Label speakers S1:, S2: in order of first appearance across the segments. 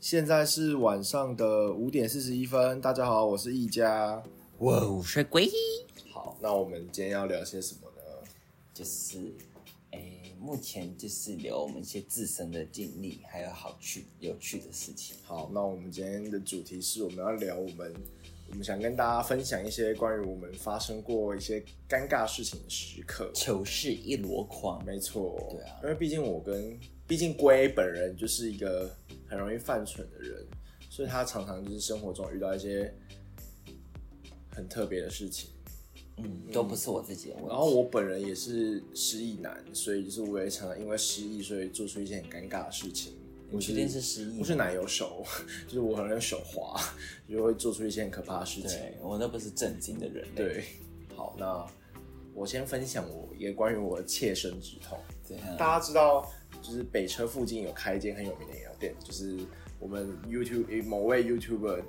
S1: 现在是晚上的五点四十一分。大家好，我是易佳。
S2: 哇哦，水鬼
S1: 好，那我们今天要聊些什么呢？
S2: 就是，哎、目前就是聊我们一些自身的经历，还有好趣有趣的事情。
S1: 好，那我们今天的主题是我们要聊我们，我们想跟大家分享一些关于我们发生过一些尴尬事情的时刻。
S2: 糗事一箩筐，
S1: 没错，
S2: 对啊
S1: 因为毕竟我跟毕竟龟本人就是一个很容易犯蠢的人，所以他常常就是生活中遇到一些很特别的事情。
S2: 嗯，都不是我自己的问题。
S1: 然后我本人也是失忆男，所以就是我也常常因为失忆，所以做出一些很尴尬的事情。
S2: 你
S1: 我
S2: 确定是失忆
S1: 我是
S2: 吗？
S1: 奶油手， 就是我很容易手滑，就会做出一些很可怕的事情。
S2: 对，我那不是正经的人类。
S1: 对，好，那我先分享我也关于我的切身之痛。
S2: 怎样？
S1: 大家知道，就是北车附近有开一间很有名的饮料店，就是我们 YouTube 某位 YouTuber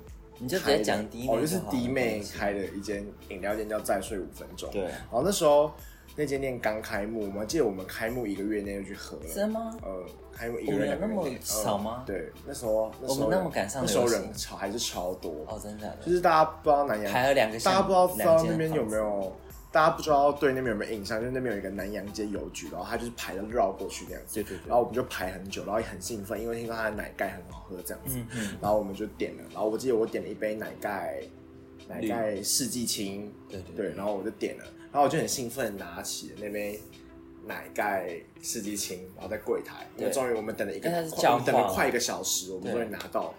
S2: 你就直
S1: 开
S2: 接
S1: 的
S2: 讲弟妹
S1: 哦，就是
S2: 好了
S1: 弟妹
S2: 没关系
S1: 开的一间饮料店，叫再睡五分钟。
S2: 对，
S1: 然后那时候那间店刚开幕，我们记得我们开幕一个月内就去喝了。
S2: 真吗？
S1: 呃，开幕一
S2: 我
S1: 个
S2: 们
S1: 月
S2: 有
S1: 两个
S2: 那么
S1: 月内
S2: 少
S1: 嗯
S2: 吗
S1: 对，那时候那时候
S2: 我们那
S1: 人
S2: 么赶上
S1: 那时候
S2: 流
S1: 人
S2: 行
S1: 潮还是超多。
S2: 哦，真的假的？
S1: 就是大家不知道南洋
S2: 还有两个像
S1: 大家不知道
S2: 两
S1: 到
S2: 间
S1: 那边有
S2: 房
S1: 没
S2: 子
S1: 有，大家不知道对那边有没有印象，就是那边有一个南洋街邮局，然后他就是排着绕过去那样子。
S2: 对对对
S1: 然后我们就排很久，然后也很兴奋，因为听说他的奶盖很好喝这样子。
S2: 嗯嗯，
S1: 然后我们就点了，然后我记得我点了一杯奶盖，奶
S2: 绿
S1: 盖世纪青，
S2: 对对
S1: 对，然后我就点了，然后我就很兴奋地拿起了那杯奶盖世纪青，然后在柜台，因为
S2: 对
S1: 终于我们等了一个
S2: 因为它是
S1: 快，我
S2: 焦
S1: 们等了
S2: 化
S1: 快一个小时，我们
S2: 对
S1: 终于拿到。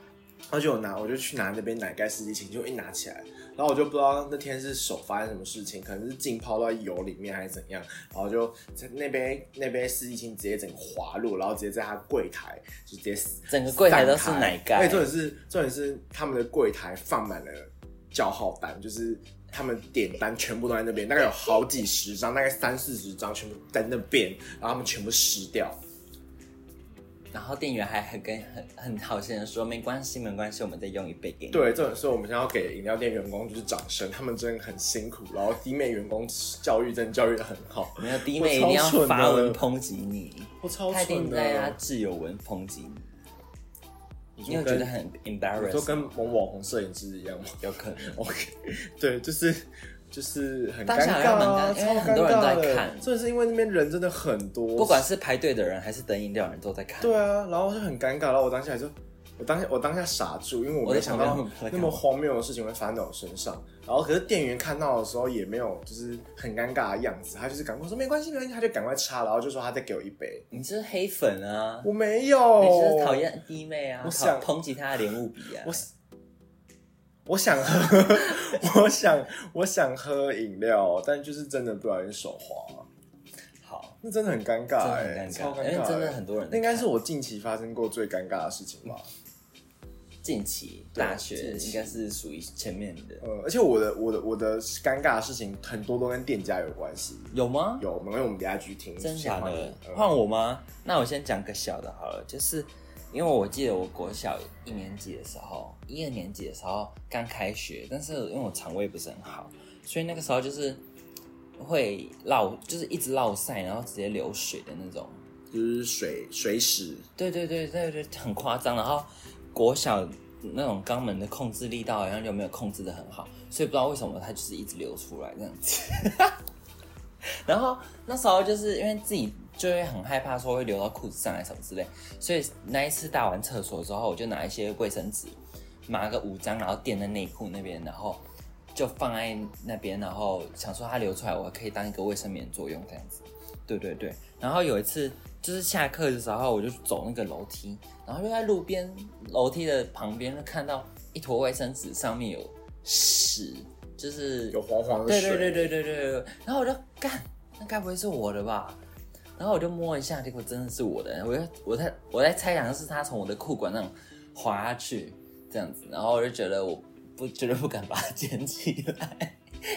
S1: 然后就有拿，我就去拿那杯奶盖世纪青，就一拿起来，然后我就不知道那天是手发生什么事情，可能是浸泡到油里面还是怎样，然后就在那杯那杯世纪青直接整个滑落，然后直接在他柜台就直接死
S2: 整个柜台都是奶盖
S1: 哎，重点是重点是他们的柜台放满了叫号单，就是他们点单全部都在那边，大概有好几十张，大概三四十张全部在那边，然后他们全部湿掉。
S2: 然后店员还很跟很很好心的说，没关系，没关系，我们再用一杯给你。，
S1: 对，这种时候我们现在要给饮料店员工就是掌声，他们真的很辛苦，然后弟妹员工教育真的教育的很好。
S2: 没有弟
S1: 我
S2: 妹一
S1: 超
S2: 定要
S1: 蠢
S2: 发
S1: 的
S2: 文抨击你，
S1: 我超
S2: 他一定
S1: 蠢
S2: 在他
S1: 的，
S2: 挚友文抨击你。
S1: 你
S2: 你有
S1: 说
S2: 觉
S1: 跟
S2: 得很
S1: 你说
S2: embarrassed？
S1: 跟某网红摄影师一样吗
S2: 有可能。
S1: ？OK，对，就是就是很
S2: 当
S1: 尴尬啊，
S2: 下好像蛮尴因为
S1: 超
S2: 很
S1: 尴
S2: 多
S1: 尬
S2: 人都在
S1: 的
S2: 看
S1: 重点是因为那边人真的很多，
S2: 不管是排队的人还是等饮料的人都在看。
S1: 对啊，然后就很尴尬，然后我当下就，我当下我当下傻住，因为我
S2: 我
S1: 没
S2: 在
S1: 想
S2: 旁
S1: 到
S2: 边我在
S1: 那
S2: 干
S1: 么
S2: 嘛
S1: 荒谬的事情会发生在我身上。然后可是店员看到的时候也没有就是很尴尬的样子，他就是赶快说没关系没关系，他就赶快擦，然后就说他再给我一杯，
S2: 你就是黑粉啊，
S1: 我没
S2: 你
S1: 有，
S2: 就是讨，厌弟妹啊，
S1: 我
S2: 讨
S1: 想
S2: 抨击他的莲雾笔啊
S1: 我。我想喝， 我想我想喝饮料，但就是真的不小心手滑，
S2: 好，
S1: 那真的很尴尬、
S2: 真的
S1: 欸，
S2: 很尴
S1: 超
S2: 尬，
S1: 尴
S2: 因
S1: 尬、
S2: 为真的
S1: 欸
S2: 很多人在
S1: 那
S2: 看。
S1: 应该是我近期发生过最尴尬的事情吧。
S2: 近期
S1: 对
S2: 大学
S1: 近期
S2: 应该是属于前面的，
S1: 呃，而且我的我的我的尴尬的事情很多都跟店家有关系。
S2: 有吗？
S1: 有，没关系，我们等一下继续听。
S2: 真
S1: 先
S2: 假
S1: 换
S2: 的
S1: 你？呃
S2: 换我吗？那我先讲个小的好了，就是因为我记得我国小一年级的时候，一二年级的时候刚开学，但是因为我肠胃不是很好，所以那个时候就是会落，就是一直落晒，然后直接流水的那种。
S1: 就是水水屎，
S2: 对对对对对，很夸张。然后国小那种肛门的控制力道好像就没有控制的很好，所以不知道为什么它就是一直流出来这样子。然后那时候就是因为自己就会很害怕说会流到裤子上来什么之类，所以那一次大完厕所之后，我就拿一些卫生纸码个五张，然后垫在内裤那边，然后就放在那边，然后想说它流出来，我可以当一个卫生棉作用这样子。对对对，然后有一次就是下课的时候，我就走那个楼梯，然后就在路边楼梯的旁边就看到一坨卫生纸上面有屎，就是
S1: 有黄黄的
S2: 对
S1: 水。
S2: 对对对对对对。然后我就干，那该不会是我的吧？然后我就摸一下，结果真的是我的。我就我在我在猜想是他从我的裤管那种滑下去这样子，然后我就觉得我不绝对不敢把它捡起来，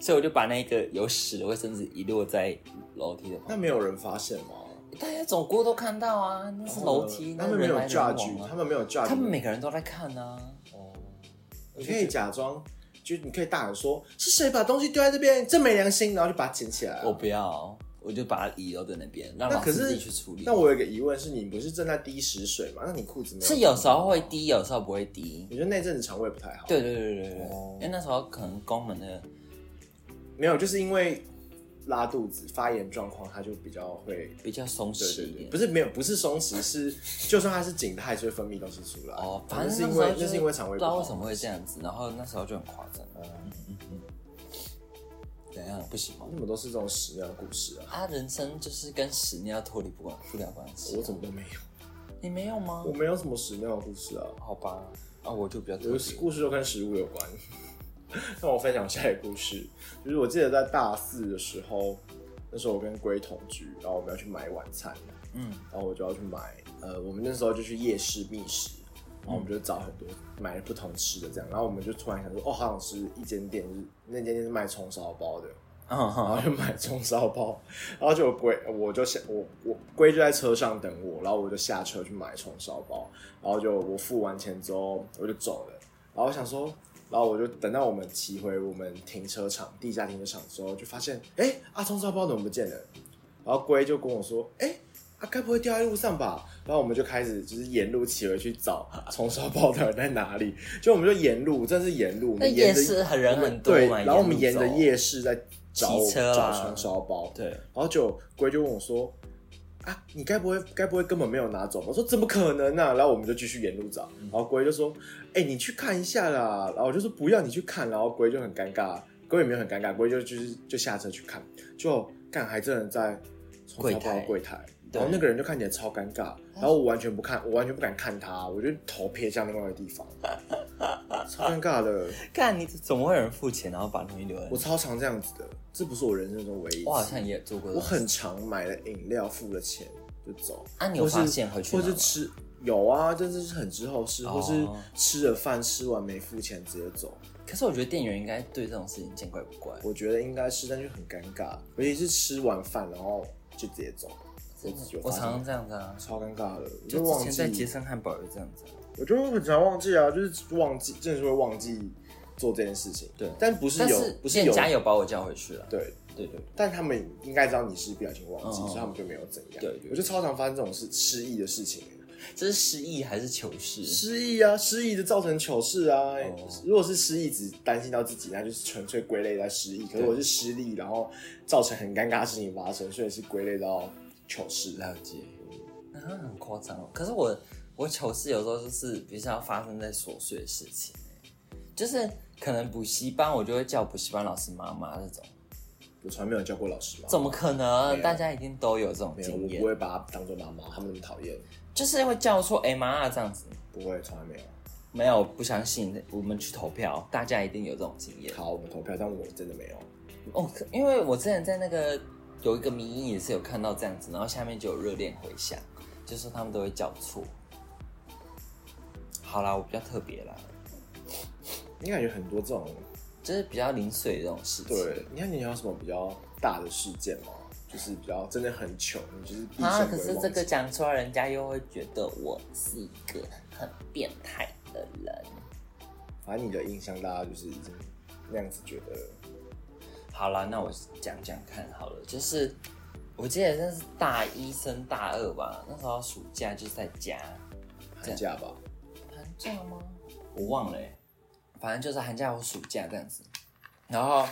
S2: 所以我就把那个有屎的卫生纸遗落在楼梯的旁边。
S1: 那没有人发现吗？
S2: 大家走过都看到啊，那是楼梯，
S1: 他
S2: 那
S1: 们没
S2: 人
S1: 有
S2: 来人
S1: judge，
S2: 往
S1: 哦他
S2: 啊，
S1: 们没有 judge。
S2: 他们每个人都在看啊。
S1: 哦，你可以假装，就你可以大喊说是谁把东西丢在这边，真没良心，然后就把它捡起来啊。
S2: 我不要，我我就把它遗留在那边，让
S1: 那
S2: 老
S1: 可
S2: 师自
S1: 是
S2: 己去处理。
S1: 那我有一个疑问是，你不是正在滴食水吗？那你裤子没有？
S2: 是有时候会，低，有时候不会低。
S1: 你觉得那阵子肠胃不太好？，
S2: 对对对对对对，
S1: 哦
S2: 因为那时候可能宫门的
S1: 没有，就是因为拉肚子发炎状况，它就比较会。
S2: 比较松
S1: 对
S2: 弛
S1: 对
S2: 一
S1: 对，
S2: 点
S1: 不。是没有，不是松弛，是就算它是紧的，它还是会分泌东西出来。
S2: 哦，
S1: 反
S2: 反
S1: 正
S2: 正
S1: 是
S2: 那
S1: 因
S2: 时候
S1: 为
S2: 就
S1: 那是因为肠胃不
S2: 不知道
S1: 好嗯
S2: 为什么会这样子，然后那时候就很夸张。怎样不行吗？
S1: 那么多是这种屎尿故事啊，
S2: 啊，人生就是跟屎尿脱离不管不了关系啊
S1: 我。怎么都没有，
S2: 你没有吗
S1: 我？没有什么屎尿的故事啊，
S2: 好吧，啊，我就比较特
S1: 我的
S2: 别。
S1: 故事都跟食物有关。 那我分享下一个故事，就是我记得在大四的时候，那时候我跟龟同居，然后我们要去买晚餐，
S2: 嗯，
S1: 然后我就要去买，呃，我们那时候就去夜市觅食，然后我们就找很多买了不同吃的这样，然后我们就突然想说，哦，好想吃一间店，就是那间店是卖葱烧包的，然
S2: 嗯
S1: 后
S2: 哼，
S1: 就买葱烧包，然后就龟我就下我我龟就在车上等我，然后我就下车去买葱烧包，然后就我付完钱之后我就走了，然后我想说，然后我就等到我们骑回我们停车场地下停车场之后，就发现哎啊葱烧包怎么不见了？然后龟就跟我说，哎啊该不会掉在路上吧？然后我们就开始就是沿路骑回去找 葱烧包到底在哪里，就我们就沿路，真的是沿路，我
S2: 那
S1: 们
S2: 夜
S1: 沿着
S2: 市很人很多
S1: 对，
S2: 嘛，
S1: 然后我们沿
S2: 路
S1: 着
S2: 走
S1: 夜市在找
S2: 骑车
S1: 找
S2: 啦
S1: 葱烧包，
S2: 对，
S1: 然后就龟就问我说：“啊，你该不会该不会根本没有拿走吧？”我说：“怎么可能呢、然后我们就继续沿路找，
S2: 嗯
S1: 然后龟就说：“哎、你去看一下啦。”然后我就说：“不要，你去看。”然后龟就很尴尬，龟也没有很尴尬，龟就就是就下车去看，就干还真的在
S2: 柜
S1: 冲
S2: 台
S1: 到柜台。
S2: 对
S1: 然后那个人就看起来超尴尬，然后我完全不看，我完全不敢看他，我就头撇向另外一个地 方，超尴尬的。
S2: 看你怎么会有人付钱然后把东西留在
S1: 我？超常这样子的，这不是我人生中唯一一次。
S2: 我好像也做过这
S1: 我
S2: 种事，
S1: 很常买了饮料，付了钱就走。
S2: 啊你有
S1: 或是
S2: 发现回去
S1: 或
S2: 拿
S1: 是
S2: 吗
S1: 吃有啊，但是是很之后吃，
S2: 哦
S1: 或是吃了饭吃完没付钱直接走。
S2: 可是我觉得店员应该对这种事情见怪不怪。
S1: 我觉得应该是，但就很尴尬，尤其是吃完饭然后就直接走。我有
S2: 我
S1: 发生
S2: 常常这样子啊，
S1: 超尴尬的，我
S2: 就之
S1: 忘
S2: 前在杰
S1: 记，
S2: 森汉堡也这样子啊、
S1: 我就很常忘记啊，就是忘记，真的是会忘记做这件事情。
S2: 对
S1: 但不是
S2: 但
S1: 有
S2: 是，
S1: 不是
S2: 店
S1: 有
S2: 家有把我叫回去了。
S1: 对。
S2: 对对
S1: 但他们应该知道你是不小心忘记，
S2: 嗯嗯
S1: 所以他们就没有怎样。
S2: 对对对嗯
S1: 我就超常发生这种事失忆的事情、
S2: 对，这是失忆还是糗事？
S1: 失忆啊，失忆就造成糗事啊。
S2: 哦
S1: 如果是失忆，只担心到自己，那就是纯粹归类在失忆。可是我是失利，然后造成很尴尬的事情发生，所以是归类到糗事。
S2: 了解，那啊很夸张哦。可是我我糗事有时候就是比较发生在琐碎的事情欸、就是可能补习班我就会叫补习班老师妈妈这种，
S1: 我从来没有叫过老师嘛，
S2: 怎么可
S1: 哦没
S2: 能？
S1: 有
S2: 大家一定都有这种
S1: 没有，
S2: 经
S1: 我
S2: 验
S1: 不，会把他当做妈妈，他们那么讨厌，
S2: 就是会叫错哎妈啊这样子。
S1: 不会，从来没有。
S2: 没有，不相信我们去投票，大家一定有这种经验。
S1: 好，我们投票，但我真的没有。
S2: 哦，可因为我之前在那个有一个迷音也是有看到这样子，然后下面就有热恋回响，就说他们都会叫错。好啦，我比较特别啦，
S1: 你感觉很多这种，
S2: 就是比较零碎的这种事情。啊
S1: 对，你看你有什么比较大的事件吗？就是比较真的很糗，你就是毕
S2: 啊，
S1: 生不
S2: 可
S1: 会
S2: 是
S1: 忘
S2: 这个
S1: 记。
S2: 讲出来，人家又会觉得我是一个很变态的人。
S1: 反正你的印象，大家就是已经那样子觉得。
S2: 好啦，那我讲讲看好了，就是我记得那是大一升大二吧，那时候暑假就在家，
S1: 寒假吧，
S2: 寒假吗？我忘了、欸，反正就是寒假或暑假这样子。然后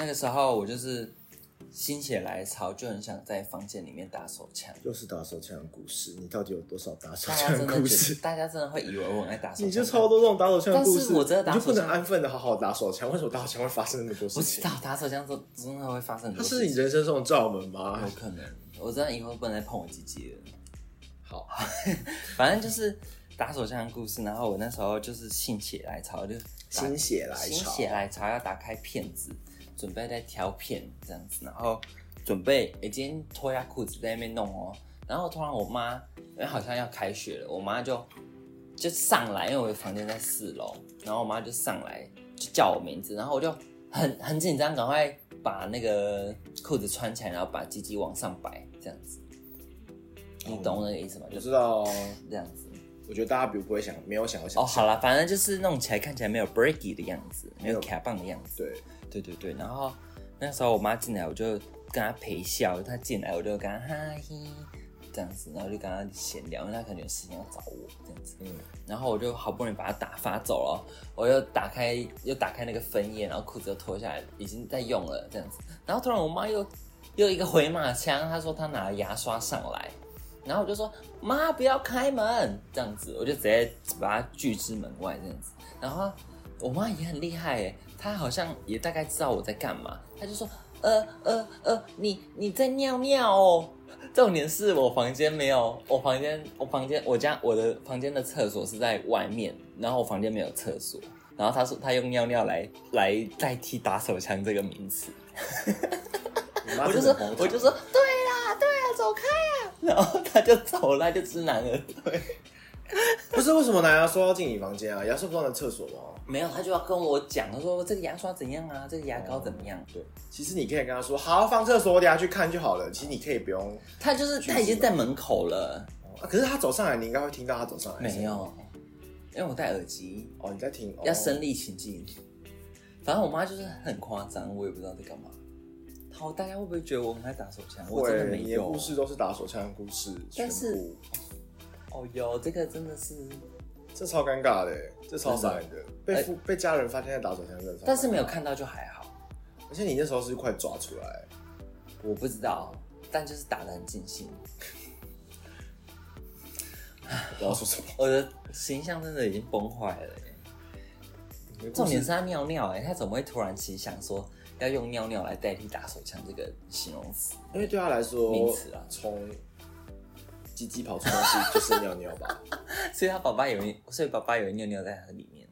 S2: 那个时候我就是心血来潮，就很想在房间里面打手枪。
S1: 又是打手枪的故事，你到底有多少打手
S2: 大家
S1: 枪
S2: 啊真
S1: 的
S2: 的
S1: 故
S2: 觉
S1: 事
S2: 得，？大家真的会以为我很爱打手枪。
S1: 你就超多这种打手枪的故
S2: 但
S1: 事，
S2: 是我真的打
S1: 你
S2: 手
S1: 就
S2: 枪
S1: 不能安分的好好打手枪？为什么打手枪会发生那么多
S2: 不
S1: 事
S2: 知
S1: 情
S2: 道？打手枪真真的会发生很
S1: 它
S2: 多
S1: 是
S2: 事
S1: 你
S2: 情，
S1: 人生中的罩门吗
S2: 有？可能。我真的以后不能再碰我鸡鸡了。
S1: 好，
S2: 反正就是打手枪的故事，然后我那时候就是心血来潮，就打
S1: 心血来
S2: 心
S1: 潮，
S2: 血来潮要打开片子，准备在挑片这样子，然后准备诶、今天脱下裤子在那边弄哦，然后突然我妈因为好像要开学了，我妈就就上来，因为我的房间在四楼，然后我妈就上来就叫我名字，然后我就很很紧张，赶快把那个裤子穿起来，然后把鸡鸡往上摆这样子，你懂那个意思吗？
S1: 我
S2: 就
S1: 知
S2: 是
S1: 道哦。
S2: 这样子。
S1: 我觉得大家比不会想，没有想要
S2: 哦，
S1: 想象。
S2: 好了，反正就是弄起来看起来没有 breaky 的样子，没有卡棒的样子。
S1: 对，
S2: 对对对，然后那时候我妈进来，我就跟他陪笑，他进来我就跟他哈嘿这样子，然后就跟他闲聊，因为他可能有事情要找我这样子。
S1: 嗯，
S2: 然后我就好不容易把它打发走了，我又打开又打开那个分页，然后裤子又脱下来，已经在用了这样子。然后突然我妈又又一个回马枪，她说她拿了牙刷上来，然后我就说妈不要开门这样子，我就直接把她拒之门外这样子。然后我妈也很厉害耶，她好像也大概知道我在干嘛，她就说呃呃呃，你你在尿尿哦。重点是我房间没有，我房间我房间我家我的房间的厕所是在外面，然后我房间没有厕所，然后她说她用尿尿来来代替打手枪这个名词，
S1: 你妈
S2: 我
S1: 真
S2: 就
S1: 的
S2: 说
S1: 很荒唐
S2: 我就说对啦对啦，走开呀、 然后她就走了，她 就知难而退。
S1: 不是为什么拿牙刷要进你房间啊？牙刷不是放在厕所啊吗？
S2: 没有，他就要跟我讲，他说这个牙刷怎样啊，这个牙膏怎么样？
S1: 对，其实你可以跟他说，好放厕所，我等下去看就好了。其实你可以不用，
S2: 他就是他已经在门口了，
S1: 啊、可是他走上来，你应该会听到他走上来。
S2: 没有，因为我戴耳机，
S1: 哦，你在听，哦、
S2: 要身临其境。反正我妈就是很夸张，我也不知道在干嘛。好，大家会不会觉得我很爱打手枪？我真的
S1: 会，
S2: 没
S1: 你的
S2: 有
S1: 故。事都是打手枪的故事，
S2: 但是
S1: 全部
S2: 哦哟，这个真的是，
S1: 这超尴尬的，这超傻眼的，被
S2: 哎
S1: 父、被家人发现在打手枪，真的超。
S2: 但是没有，看到就还好。
S1: 而且你那时候是快抓出来，
S2: 我不知道，但就是打得很尽兴。
S1: 我不知道说什么。
S2: 我的形象真的已经崩坏了耶。
S1: 你的故
S2: 重
S1: 事
S2: 点是他尿尿哎、他怎么会突然其实想说要用尿尿来代替打手枪这个形容词？
S1: 因为对他来说
S2: 名词啊，
S1: 从鸡鸡跑出东西就是尿尿吧。
S2: 所以他爸爸以为，所以爸爸以为尿尿在他里面。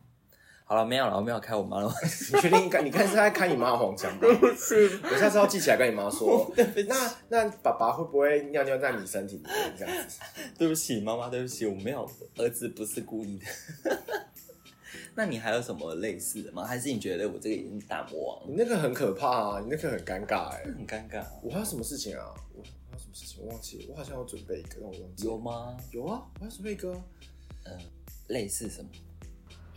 S2: 好了，没有了，我没有开我妈了。
S1: 你确定？你看是在开你妈的黄 腔吧？
S2: 是，
S1: 我下次要记起来跟你妈 说。那那爸爸会不会尿尿在你身体里面这样子？
S2: 对不起，妈妈，对不起，我没有，儿子不是故意的。 那你还有什么类似的吗？还是你觉得我这个已经打魔
S1: 你
S2: 王，
S1: 那个很可怕啊！你那个很尴尬哎、
S2: 很尴尬？
S1: 我还有什么事情啊？我还有什么事情？我忘记了，我好像有准备一个，但我忘记了
S2: 有吗？
S1: 有啊，我要准备一个啊。
S2: 类似什么？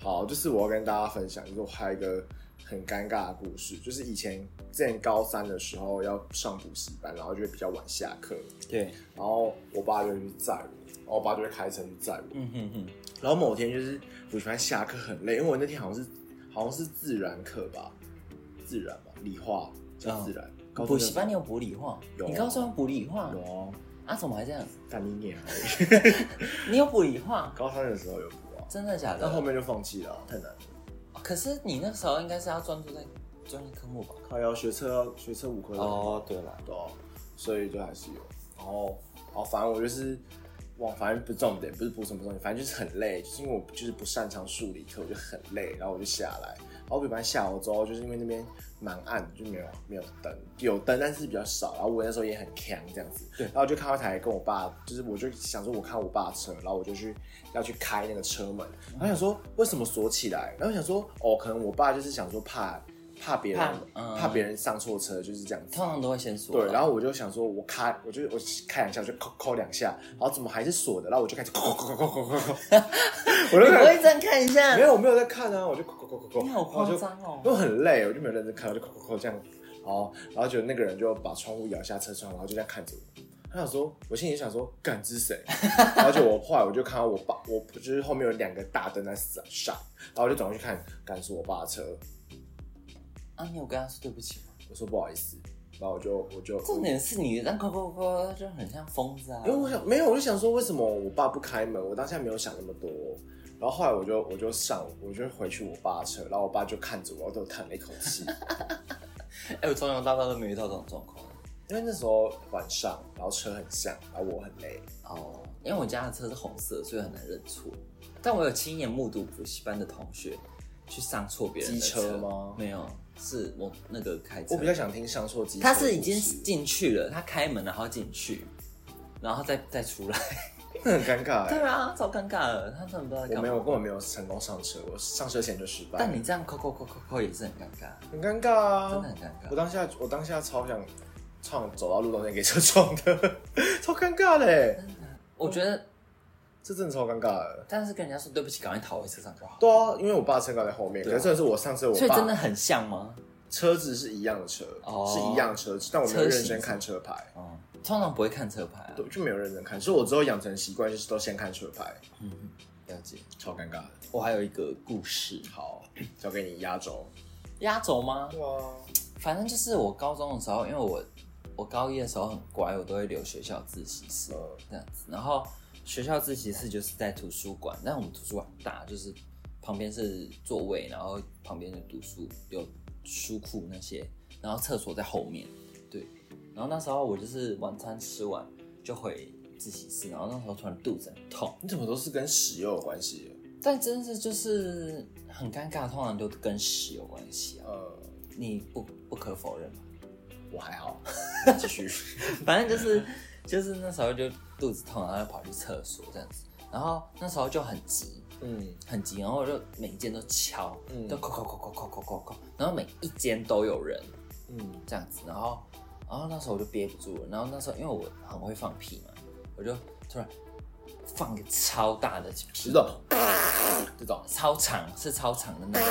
S1: 好，就是我要跟大家分享，就是我还有一个很尴尬的故事，就是以前之前高三的时候要上补习班，然后就会比较晚下课，
S2: 对，
S1: 然后我爸就会去载我，然后我爸就会开车去载我。
S2: 嗯哼哼，
S1: 然后某天就是补习班下课很累，因为我那天好像是好像是自然课吧，自然吧，理化叫自然。高中
S2: 嗯补
S1: 的
S2: 习班你有补理化？
S1: 有啊
S2: 你高中有补理化？
S1: 有啊，
S2: 啊，怎么还这样？
S1: 干你娘！啊
S2: 你有补理化？
S1: 高三的时候有补啊，
S2: 真的假的？
S1: 但后面就放弃了啊、太难了。
S2: 可是你那时候应该是要专注在专业科目吧？
S1: 靠要学车学车五科的
S2: 哦对了
S1: 对啊、所以就还是有。然后，然后反正我就是忘，反正不是重点，不是补什么重点，反正就是很累，就是因为我就是不擅长数理课，我就很累，然后我就下来。然后补习班下楼之后，就是因为那边蛮暗的，就没有没有灯，有灯但是比较少。然后我那时候也很强这样子，
S2: 对
S1: 然后我就看到一台跟我爸，就是我就想说，我看我爸的车，然后我就去要去开那个车门，然后想说为什么锁起来？然后想说哦，可能我爸就是想说怕怕别人
S2: 怕嗯
S1: 怕别人上错车，就是这样子。
S2: 通常都会先说。
S1: 对，然后我就想说，我开，我就我开两下，我就扣扣两下，然后怎么还是锁的？然后我就开始扣扣扣扣扣扣扣，我就
S2: 你不
S1: 开
S2: 会
S1: 始
S2: 这样看一下
S1: 没？有，我没有在看啊，我就扣扣扣扣扣，
S2: 你好夸
S1: 然后
S2: 张哦
S1: 就，因为很累，我就没有认真看，我就扣扣扣这样，哦，然后就那个人就把窗户摇下车窗，然后就这样看着我。他想说，我心里想说，干这是谁？ 然后就我后来我就看到我爸，我就是后面有两个大灯在闪闪，然后我就转过去看，干是我爸的车，
S2: 啊，你有跟他说对不起吗？
S1: 我说不好意思，然后我就我就
S2: 重点是你这样扣扣扣，就很像疯子啊
S1: 因。为我想没有，我就想说为什么我爸不开门？我当下没有想那么多。然后后来我就我就上我就回去我爸的车，然后我爸就看着我，我都叹了一口气，
S2: 哎，我从小到大都没遇到这种状况。
S1: 因为那时候晚上，然后车很像，然后我很累。
S2: 哦，因为我家的车是红色，所以很难认错。但我有亲眼目睹补习班的同学去上错别人的
S1: 机车吗
S2: 没有，是我那个开车。
S1: 我比较想听上错机车
S2: 他
S1: 的故事，
S2: 是已经进去了，他开门然后进去，然后再再出来。
S1: 很尴尬、
S2: 对
S1: 欸。
S2: 啊，超尴尬的，他真的不知道在
S1: 我
S2: 干
S1: 没有，
S2: 嘛。
S1: 我根本没有成功上车，我上车前就失败。
S2: 但你这样扣扣扣扣扣也是很尴尬，
S1: 很尴尬啊，
S2: 真的很尴
S1: 我
S2: 尬。
S1: 当下我当下超想撞走到路中间给车撞的，超尴尬嘞、
S2: 我觉得，
S1: 这真的超尴尬的。
S2: 但是跟人家说对不起，赶快逃回车上就好。
S1: 对啊，因为我爸车刚在后面，可
S2: 对啊
S1: 是真的是我上车，我爸
S2: 所以真的很像吗？
S1: 车子是一样的车，
S2: 哦
S1: 是一样的车子，但我没有
S2: 车型
S1: 认真看车牌，
S2: 哦，通常不会看车牌啊。
S1: 对，就没有认真看，所以我之后养成习惯就是都先看车牌，
S2: 嗯，了解。
S1: 超尴尬的。
S2: 我还有一个故事，
S1: 好，交给你压轴。
S2: 压轴吗？
S1: 哇，
S2: 反正就是我高中的时候，因为我我高一的时候很乖，我都会留学校自习室
S1: 呃，
S2: 这样子。然后学校自习室就是在图书馆，但我们图书馆很大，就是旁边是座位，然后旁边就读书有书库那些，然后厕所在后面。对，然后那时候我就是晚餐吃完就回自习室，然后那时候突然肚子很痛，
S1: 你怎么都是跟屎有关系？
S2: 但真的是就是很尴尬，通常都跟屎有关系啊，
S1: 呃，
S2: 你不不可否认吧？
S1: 我还 好，继续。
S2: 反正就是就是那时候就肚子痛，然后就跑去厕所这样子，然后那时候就很急
S1: 嗯，
S2: 很急，然后我就每一间都敲，
S1: 嗯
S2: 都扣扣扣扣扣扣扣扣，然后每一间都有人
S1: 嗯
S2: 这样子，然后然后那时候我就憋不住了，然后那时候因为我很会放屁嘛，我就突然放个超大的屁
S1: 知，道，知道，
S2: 超长是超长的那种，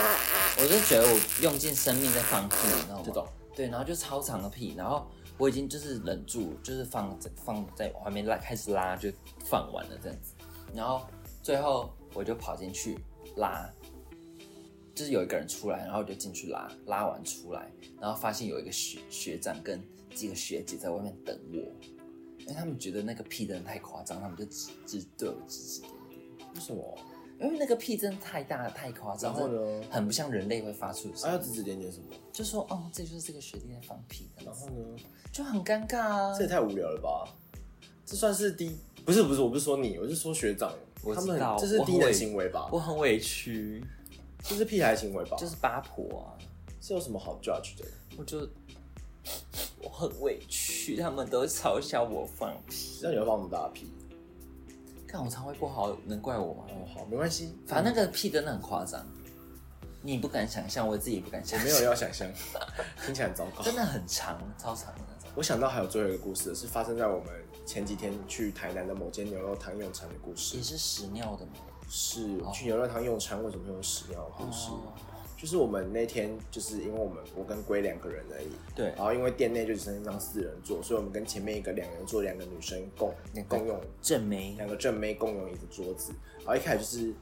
S2: 我就觉得我用尽生命在放屁，你知道吗？
S1: 这种
S2: 对，然后就超长的屁，然后我已经就是忍住，就是放放在我还没拉开始拉就放完了这样子，然后最后我就跑进去拉，就是有一个人出来，然后我就进去拉，拉完出来，然后发现有一个学学长跟几个学姐在外面等我，因为他们觉得那个屁真的太夸张，他们就指指对我指指点点。
S1: 为什么？
S2: 因为那个屁真的太大了，太夸张，
S1: 然后呢哎
S2: 真的很不像人类会发出的
S1: 还
S2: 声
S1: 啊要
S2: 音，
S1: 指指点点什么？
S2: 就说哦，这就是这个学弟在放屁的，
S1: 然后呢？
S2: 就很尴尬啊
S1: 这。也太无聊了吧？这算是低？不是不是，我不是说你，我是说学长，
S2: 我
S1: 他
S2: 知
S1: 们
S2: 道
S1: 这是
S2: 我很
S1: 低能
S2: 委
S1: 行为吧？
S2: 我很委屈，
S1: 这是屁孩行为吧？
S2: 就是八婆啊，
S1: 是有什么好 judge 的？
S2: 我就我很委屈，他们都嘲笑我放屁，
S1: 让你会放那么大的屁？
S2: 看我肠胃不好，能怪我吗？
S1: 哦，好，没关系，
S2: 反正那个屁真的很夸张，你不敢想象，我自己也不敢想
S1: 我没有
S2: 象，
S1: 要想象，听起来很糟糕。
S2: 真的很长，超长的那种。
S1: 我想到还有最后一个故事，是发生在我们前几天去台南的某间牛肉汤用餐的故事
S2: 也。是屎尿的吗？
S1: 是去牛肉汤用餐为什么会有屎尿的故事？
S2: 哦
S1: 就是我们那天就是因为我们我跟龟两个人而已，
S2: 对
S1: 然后因为店内就只剩一张四人座，所以我们跟前面一个两人座两个女生共
S2: 两个
S1: 共用
S2: 正梅
S1: 两个正妹共用一个桌子，然后一开始就是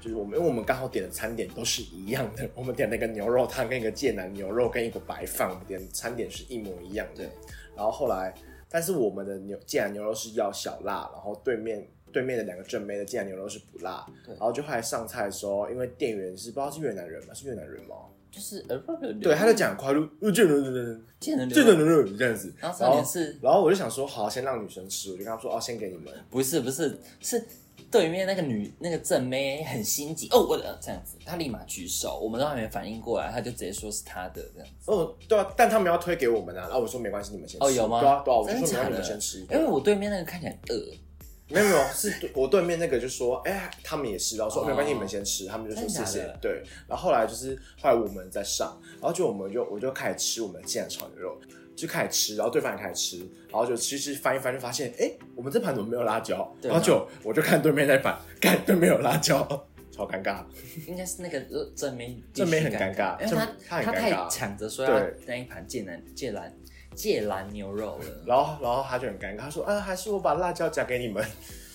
S1: 就是我们，因为我们刚好点的餐点都是一样的，我们点了一个牛肉汤跟一个芥南牛肉跟一个白饭，我们点的餐点是一模一样的
S2: 对。
S1: 然后后来，但是我们的牛芥南牛肉是要小辣，然后对面对面的两个正妹的芥南牛肉是不辣，
S2: 对
S1: 然后就后来上菜的时候，因为店员是不知道是越南人吗？是越南人吗？
S2: 就是呃，不不
S1: 对，他就讲很快就呃芥南牛肉
S2: 见人
S1: 芥南牛肉这样子，
S2: 然后重点是
S1: 然后我就想说好，先让女生吃，我就跟他说哦，先给你们。
S2: 不是不是是对面那个女那个正妹很心急哦，我的这样子，她立马举手，我们都还没反应过来，她就直接说是她的这样子。
S1: 哦，对啊，但他们要推给我们啊，然后我说没关系，你们先吃。
S2: 哦，有吗？
S1: 对啊，对啊，我就
S2: 真的
S1: 说没
S2: 假
S1: 关系，你
S2: 的
S1: 们先吃。
S2: 因为我对面那个看起来呃很饿，
S1: 没有没有，是对我对面那个就说，哎、他们也是，然后说、
S2: 哦
S1: 没关系，你们先吃，他们就说
S2: 真的
S1: 谢
S2: 假的
S1: 谢。对，然后后来就是后来我们在上，然后就我们就我就开始吃我们的芥兰炒牛肉，就开始吃，然后对方也开始吃，然后就吃吃翻一翻就发现，哎、我们这盘怎么没有辣椒？
S2: 对
S1: 然
S2: 啊
S1: 后就我就看对面那盘， 看对面有辣椒，超尴尬。
S2: 应该是那个呃正妹
S1: 正妹很尴
S2: 尴
S1: 尬
S2: 因为她
S1: 正她很
S2: 她
S1: 尴尬
S2: 太抢着说要
S1: 对
S2: 那一盘芥兰芥兰芥兰牛肉了。
S1: 然后，然后他就很尴尬，他说：“啊，还是我把辣椒夹给你们。”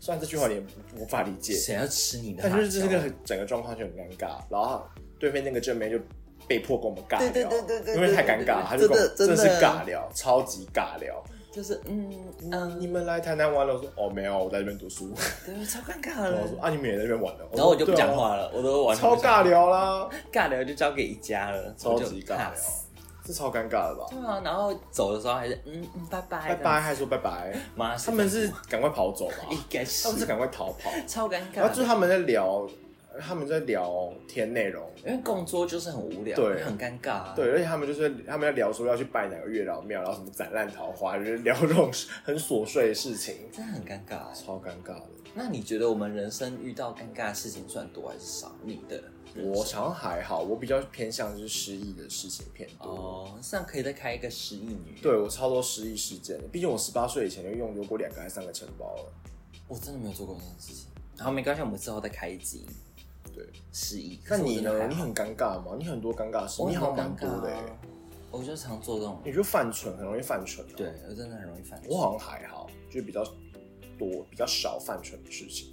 S1: 虽然这句话你也无法理解，
S2: 谁要吃你的辣
S1: 但
S2: 椒？
S1: 就是这个很整个状况就很尴尬，然后对面那个正妹就被迫跟我们尬聊，
S2: 对对对对对
S1: 因为太尴尬了，他就跟我们
S2: 真
S1: 真的
S2: 的真的
S1: 是尬聊，超级尬聊。啊
S2: 就是嗯嗯，
S1: 你们来台南玩了？我说哦没有，我在这边读书。
S2: 对，超尴尬
S1: 然后我
S2: 了
S1: 说。啊，你们也在这边玩了？
S2: 然后我就不
S1: 说
S2: 讲，话了，我都
S1: 对
S2: 完
S1: 啊
S2: 全不
S1: 超
S2: 讲
S1: 尬聊啦，
S2: 尬聊就交给宜家了，
S1: 超
S2: 我就
S1: 级尬聊
S2: pass，
S1: 这超尴尬的吧？
S2: 对啊，然后走的时候还是嗯嗯拜拜
S1: 拜拜，，还说拜 拜，
S2: 妈，
S1: 他们是赶快跑 走吧？
S2: 应该
S1: 他们是
S2: 是
S1: 赶快逃 跑，
S2: 超尴
S1: 然
S2: 尬
S1: 后就是
S2: 的，
S1: 他们在聊，他们在聊天内容，
S2: 因为共桌就是很无聊，
S1: 对
S2: 很尴尬啊，
S1: 对，而且他们就是他们要聊说要去拜哪个月老庙，然后什么斩烂桃花，就是聊这种很琐碎的事情，
S2: 真的很尴尬欸。
S1: 超尴尬的。
S2: 那你觉得我们人生遇到尴尬的事情算多还是少？你的人
S1: 我
S2: 生
S1: 想还好，我比较偏向就是失忆的事情偏多。
S2: 哦，这样可以再开一个十亿女，
S1: 对我超多失忆事件的，毕竟我十八岁以前就用丢过两个还是三个钱包了。
S2: 我真的没有做过这件事情。好，没关系，我们之后再开一集。
S1: 对，对。
S2: 失忆。
S1: 那
S2: 可是我
S1: 你
S2: 真的还
S1: 呢？
S2: 好
S1: 你很尴尬吗？你很多尴尬事，
S2: 我
S1: 你
S2: 很
S1: 好
S2: 多
S1: 像蛮
S2: 尴
S1: 多
S2: 尬
S1: 的欸、
S2: 啊，我就常做这种，
S1: 你就犯蠢，很容易犯蠢、啊。
S2: 对，我真的很容易犯。
S1: 我好像还好，就比较多、比较少犯蠢的事情。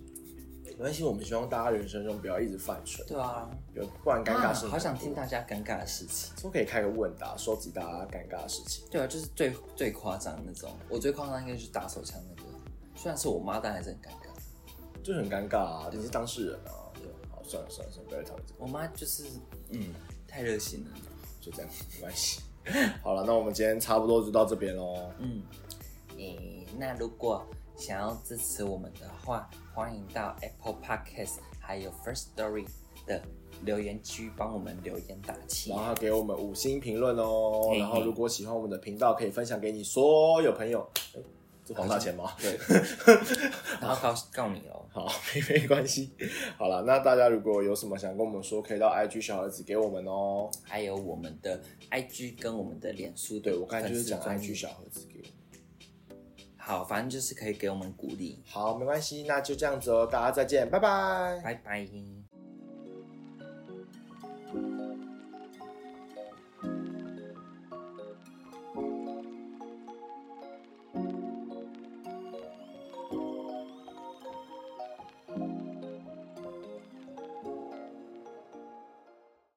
S1: 没关系，我们希望大家人生中不要一直犯蠢，
S2: 对啊，
S1: 有不然尴尬事、
S2: 啊好想听。大家尴尬的事情。
S1: 都可以开个问答，收集大家尴尬的事情。
S2: 对啊，就是最最夸张那种。我最夸张应该就是打手枪那个，虽然是我妈，但还是很尴尬。
S1: 就很尴尬啊，你是当事人啊。
S2: 对
S1: 好，算了算了，算了，不要再讨论这个，
S2: 我妈就是嗯，太热心了。
S1: 就这样，没关系。 好了，那我们今天差不多就到这边喽。
S2: 嗯，诶、那如果想要支持我们的话，欢迎到 Apple Podcast 还有 First Story 的留言区帮我们留言打气
S1: 然。后给我们五星评论哦。
S2: 嘿
S1: 然后如果喜欢我们的频道，可以分享给你所有朋友。哎这黄大钱吗？
S2: 对，然后告告你哦，
S1: 好，没没关系。好了，那大家如果有什么想跟我们说，可以到 IG 小盒子给我们哦。
S2: 还有我们的 IG 跟我们的脸书的
S1: 对，我刚才就是
S2: 粉丝
S1: 讲
S2: 专
S1: IG
S2: 页
S1: 小盒子给我们。
S2: 好，反正就是可以给我们鼓励。
S1: 好，没关系，那就这样子哦，大家再见，拜拜。
S2: 拜拜。